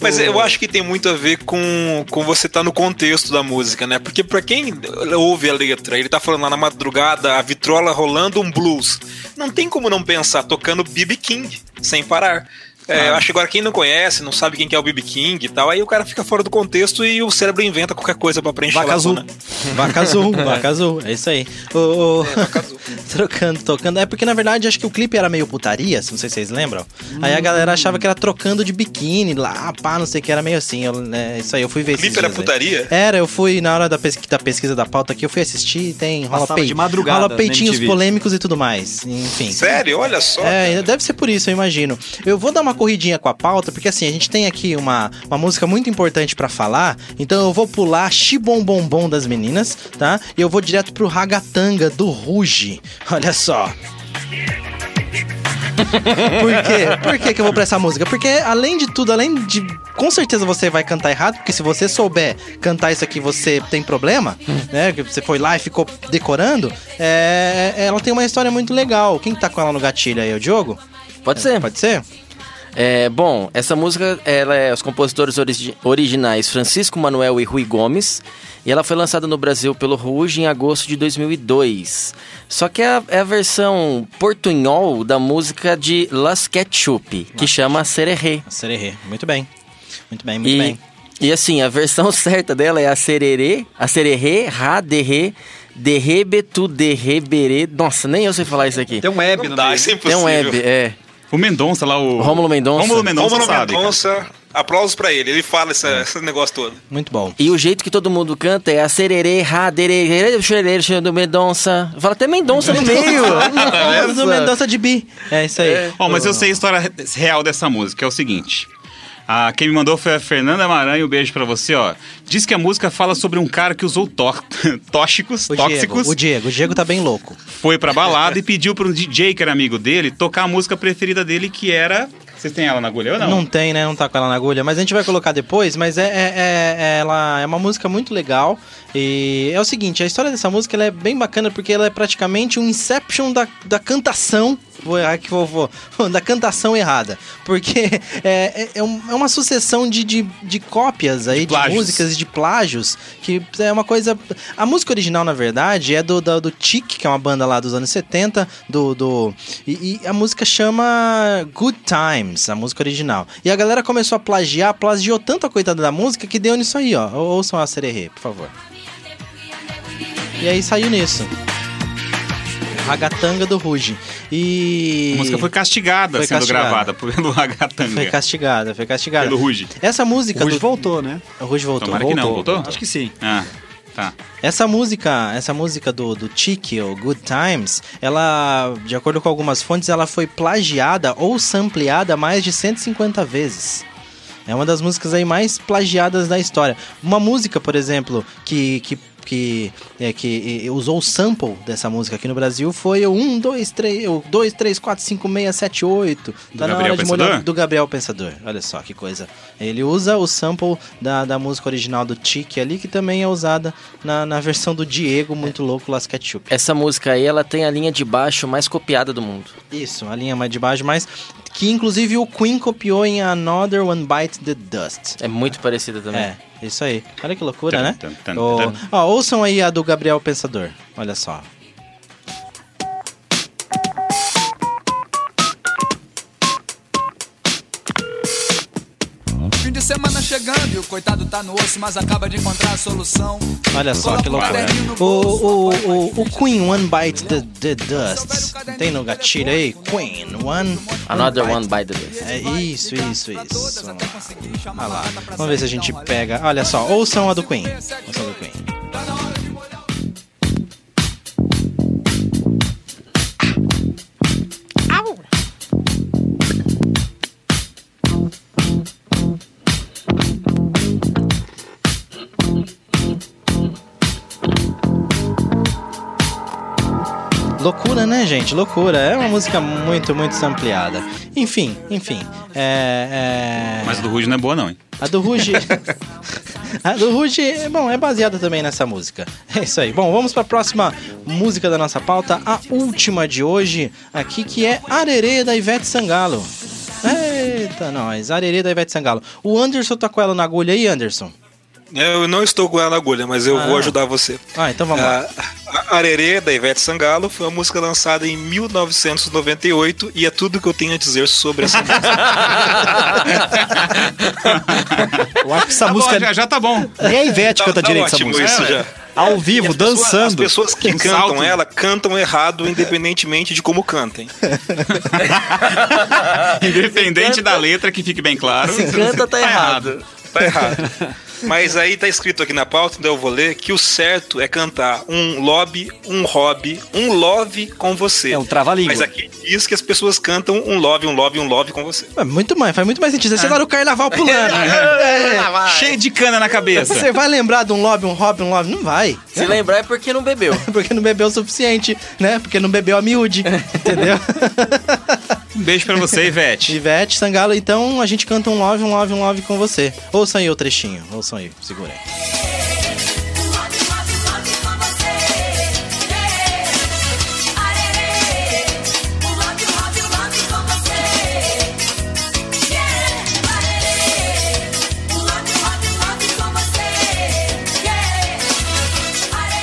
Mas eu acho que tem muito a ver com, com você estar no contexto da música, né? Porque pra quem ouve a letra, ele tá falando lá na madrugada, a vitrola rolando um blues. Não tem como não pensar tocando BB King sem parar. É, eu acho que agora quem não conhece, não sabe quem que é o BB King e tal, aí o cara fica fora do contexto e o cérebro inventa qualquer coisa pra preencher né?
Vaca
a
azul.
lacuna.
Vaca azul, vaca azul, é isso aí. O,
É,
o- trocando, tocando. É porque na verdade acho que o clipe era meio putaria, se não sei se vocês lembram. Aí a galera achava que era trocando de biquíni lá, pá, não sei o que, era meio assim. Eu, né, isso aí, eu fui ver
O clipe
esses
era
dias aí.
putaria?
Era, eu fui na hora da, pesqui- da pesquisa da pauta aqui, eu fui assistir, tem rola,
Passava
pei-
de madrugada
rola
na
peitinhos
MTV.
polêmicos e tudo mais. Enfim.
Sério? Olha só.
É, deve ser por isso, eu imagino. Eu vou dar uma corridinha com a pauta, porque assim, a gente tem aqui uma, uma música muito importante pra falar, então eu vou pular Xibom Bom Bom das meninas, tá? E eu vou direto pro Ragatanga do Ruge. Olha só. Por quê? Por que, que eu vou pra essa música? Porque, além de tudo, além de. Com certeza você vai cantar errado, porque se você souber cantar isso aqui, você tem problema, né? Que você foi lá e ficou decorando. É, ela tem uma história muito legal. Quem que tá com ela no gatilho aí? O Diogo?
Pode ser.
Pode ser?
É, bom, essa música, ela é os compositores origi- originais Francisco Manuel e Rui Gomes, e ela foi lançada no Brasil pelo Rouge em agosto de 2002. Só que é a, é a versão portunhol da música de Las Ketchup, Assim que chama Sererê.
Sererê. Muito bem. Muito bem, muito
E,
bem.
e assim, a versão certa dela é a Sererê, a Sererê, Ra, Derê, Derê, Betu, Derê, Berê. Nossa, nem eu sei falar isso aqui.
Tem um web
Não
no
dá,
meio.
isso é
Tem
impossível.
um web, é.
O Mendonça lá, o.
Rômulo Mendonça.
Rômulo Mendonça
Rômulo
sabe. cara.
Mendonça, aplausos pra ele. Ele fala essa- esse negócio todo.
Muito bom.
E o jeito que todo mundo canta é a sererê, raderê, xererê, do Mendonça. Fala até Mendonça no meio.
Vamos do Mendonça de Bi. É isso aí.
Ó, mas eu sei a história re- real dessa música, é o seguinte. Ah, quem me mandou foi a Fernanda Maranhão, um beijo pra você, ó. Diz que a música fala sobre um cara que usou tó- tóxicos,
O Diego,
tóxicos,
o Diego. O Diego tá bem louco.
foi pra balada e pediu pra um DJ que era amigo dele tocar a música preferida dele, que era. Vocês têm ela na agulha ou não?
Não. tem, né? Não tá com ela na agulha. Mas a gente vai colocar depois. Mas é, é- é- é- ela é uma música muito legal. E é o seguinte, a história dessa música ela é bem bacana porque ela é praticamente um Inception da, da cantação. Vou errar que vou, vou- Da cantação errada. Porque é, é- é um- é uma sucessão de, de, de cópias aí, de,
plágios.
músicas e de plágios. Que é uma coisa. A música original, na verdade, é do, da- do Tic, que é uma banda lá dos anos 70, do. do e, e a música chama Good Times, a música original. E a galera começou a plagiar, plagiou tanto a coitada da música que deu nisso aí, ó. Ou- Ouçam a sererê, por favor. E aí saiu nisso. Ragatanga do Ruge. E.
A música foi castigada
Foi
sendo
castigada.
gravada pelo Hagatanga.
Foi castigada, foi castigada.
Pelo Ruge.
Essa música.
Hoje
do...
voltou, né?
O Ruge voltou.
Tomara que não, voltou?
Acho que sim.
Ah, tá.
Essa música, essa música do, do Tiki, ou Good Times, ela, de acordo com algumas fontes, ela foi plagiada ou sampleada mais de 150 vezes. É uma das músicas aí mais plagiadas da história. Uma música, por exemplo, que, que, que, é, que é, usou o sample dessa música aqui no Brasil foi o 1, 2, 3, o 2, 3, 4, 5, 6, 7, 8. Tá na
Gabriel
hora de molhar
Pensador?
do Gabriel Pensador. Olha só que coisa. Ele usa o sample da, da música original do Tiki ali, que também é usada na, na versão do Diego, muito louco, Las Ketchup.
Essa música aí, ela tem a linha de baixo mais copiada do mundo.
Isso, a linha mais de baixo, mas que inclusive o Queen copiou em Another One Bites the Dust.
É muito parecida também.
É, isso aí. Olha que loucura,
Tum,
né?
tum, tum,
Ó,
tum.
ó, ouçam aí a do Gabriel Pensador. Olha só.
Fim de semana chegando e o coitado tá no osso, mas acaba de encontrar a solução.
Olha só que loucura. O, o, o, o Queen One Bite the, the Dust. Tem no gatilho aí? Queen One.
Another One by the Way.
É isso, isso, isso. Vamos lá. Vamos lá. Vamos ver se a gente
um
pega. Olha só, ouçam a do Queen. Ouçam a do Queen. Loucura, né, gente? Loucura. É uma música muito, muito ampliada. Enfim, enfim. É, é...
Mas o do Ruge não é boa, não, hein?
A do Ruge. A do Ruge, é, bom, é baseada também nessa música. É isso aí. Bom, vamos para a próxima música da nossa pauta, a última de hoje, aqui que é Arerê da Ivete Sangalo. Eita, nós, Arerê da Ivete Sangalo. O Anderson tá com ela na agulha aí, Anderson?
Eu não estou com ela na agulha, mas eu vou ajudar você.
Ah, então vamos lá.
Ah, A Arerê, da Ivete Sangalo, foi uma música lançada em 1998 e é tudo que eu tenho a dizer sobre essa música.
Eu acho que essa
Tá bom,
música.
já, já tá bom.
Nem a Ivete canta direito essa
ótimo
música.
isso já.
Ao vivo,
As
dançando.
pessoas que
Um
cantam
salto.
ela cantam errado, independentemente de como cantem.
Independente da letra, que fique bem claro.
Se canta, tá errado.
Tá errado. Mas aí tá escrito aqui na pauta, então eu vou ler, que o certo é cantar um lobby, um hobby, um love com você.
É um trava-língua.
Mas aqui diz que as pessoas cantam um love, um love, um love com você.
É Muito mais, faz muito mais sentido. Você tá no carnaval pulando. É,
Cheio de cana na cabeça.
Você vai lembrar de um lobby, um hobby, um lobby? Não vai.
Se lembrar é porque não bebeu.
Porque não bebeu o suficiente, né? Porque não bebeu a miúde, entendeu?
Um beijo pra você, Ivete.
Ivete Sangalo, então a gente canta um love, um love, um love com você. Ouçam aí o trechinho, ouçam aí, segura aí.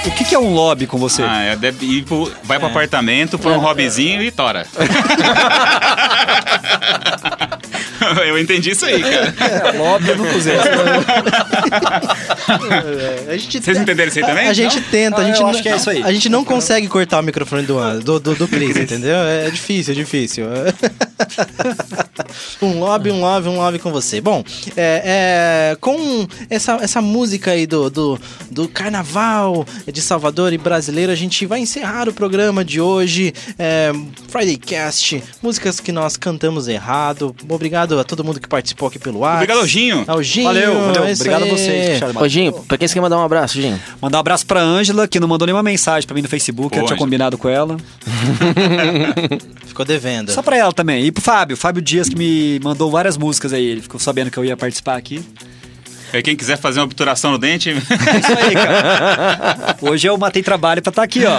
O que, que é um lobby com você?
Ah, é, deve ir pro- vai pro apartamento, põe um hobbyzinho e tora. Eu entendi isso aí, cara.
lobby eu não usei.
A gente
Vocês
te-
entenderam isso aí também?
A gente tenta, a
Ah,
gente
eu
não,
acho que é isso aí.
A gente não consegue cortar o microfone do, An- do, do, do Cris, entendeu? É difícil, é difícil. um lobby, um lobby, um lobby com você. Bom, é, é, com essa, essa música aí do, do, do Carnaval de Salvador e brasileiro, a gente vai encerrar o programa de hoje. É, Friday Cast, músicas que nós cantamos errado. Obrigado a todo mundo que participou aqui pelo ar.
Obrigado, Ginho.
Ao Ginho,
Valeu, valeu.
é isso
Obrigado a
aí.
vocês que fecharam a
Ô, Ginho, pra quem você quer mandar um abraço, Ginho?
Mandar um abraço pra Ângela, que não mandou nenhuma mensagem pra mim no Facebook,
Pô,
eu tinha
Ângela.
combinado com ela.
Ficou devendo.
Só pra ela também. E pro Fábio, Fábio Dias, que me mandou várias músicas aí. Ele ficou sabendo que eu ia participar aqui.
E É, Quem quiser fazer uma obturação no dente,
É isso aí, cara. Hoje eu matei trabalho pra estar aqui, ó.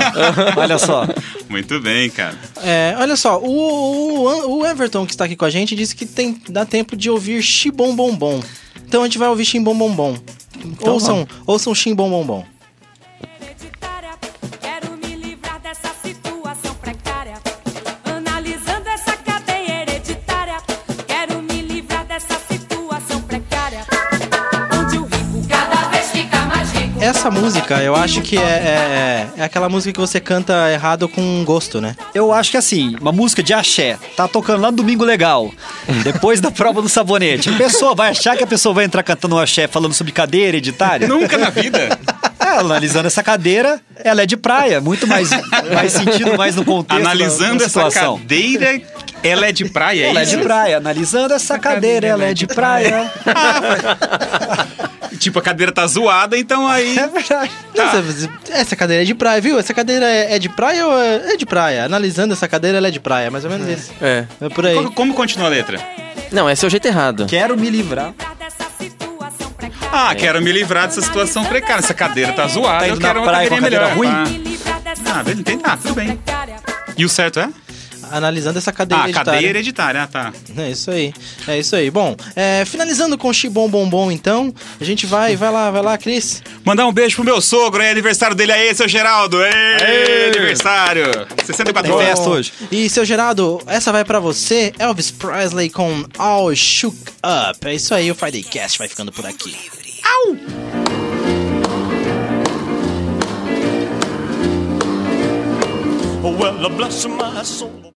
Olha só.
muito bem, cara.
É, olha só, o, o, o Everton que está aqui com a gente disse que tem, dá tempo de ouvir Xibom Bom Bom. Então a gente vai ouvir Ximbom Bom Bom.
Então
ouçam, ouçam Ximbom Bom Bom.
hereditária. Quero me livrar dessa situação precária. Analisando essa cadeia hereditária. Quero me livrar dessa situação precária. Onde o rico cada vez fica mais rico.
Essa música, eu acho que é, é, é aquela música que você canta errado com gosto, né?
Eu acho que assim, uma música de axé, tá tocando lá no Domingo Legal, depois da prova do sabonete. A pessoa vai achar que a pessoa vai entrar cantando um axé falando sobre cadeia hereditária?
Nunca na vida.
É, analisando essa cadeira, ela é de praia, muito mais faz sentido mais no contexto. da,
Analisando
da
essa
situação.
cadeira, ela é de praia, é
Ela é
isso?
de praia, analisando essa cadeira, ela é de praia.
Tipo, a cadeira tá zoada, então aí...
É verdade.
Ah.
Essa, essa cadeira é de praia, viu? Essa cadeira é, é de praia ou é, é de praia? Analisando essa cadeira, ela é de praia, mais ou menos isso.
É.
É por aí.
Hum. Como, como continua a letra?
Não, esse é o jeito errado.
Quero me livrar.
Livrar dessa situação precária.
Ah, quero me livrar dessa situação precária. Essa cadeira tá zoada,
Tá
eu
indo na
quero uma
praia com
cadeira
a
melhor. Ah.
cadeira
Me livrar dessa
Ah, ele tem- ah, tudo bem.
situação precária.
E o certo é?
Analisando essa cadeira
Ah,
hereditária.
cadeia hereditária, ah, tá.
É isso aí, é isso aí. Bom, é, finalizando com Xibom Bom Bom, então, a gente vai, vai lá, vai lá, Cris.
Mandar um beijo pro meu sogro, é aniversário dele aí, seu Geraldo. Ei, aniversário! 64
Tem
anos.
festa hoje.
E, seu Geraldo, essa vai pra você, Elvis Presley com All Shook Up. É isso aí, o Friday Cast vai ficando por aqui.
Oh, well, bless my soul.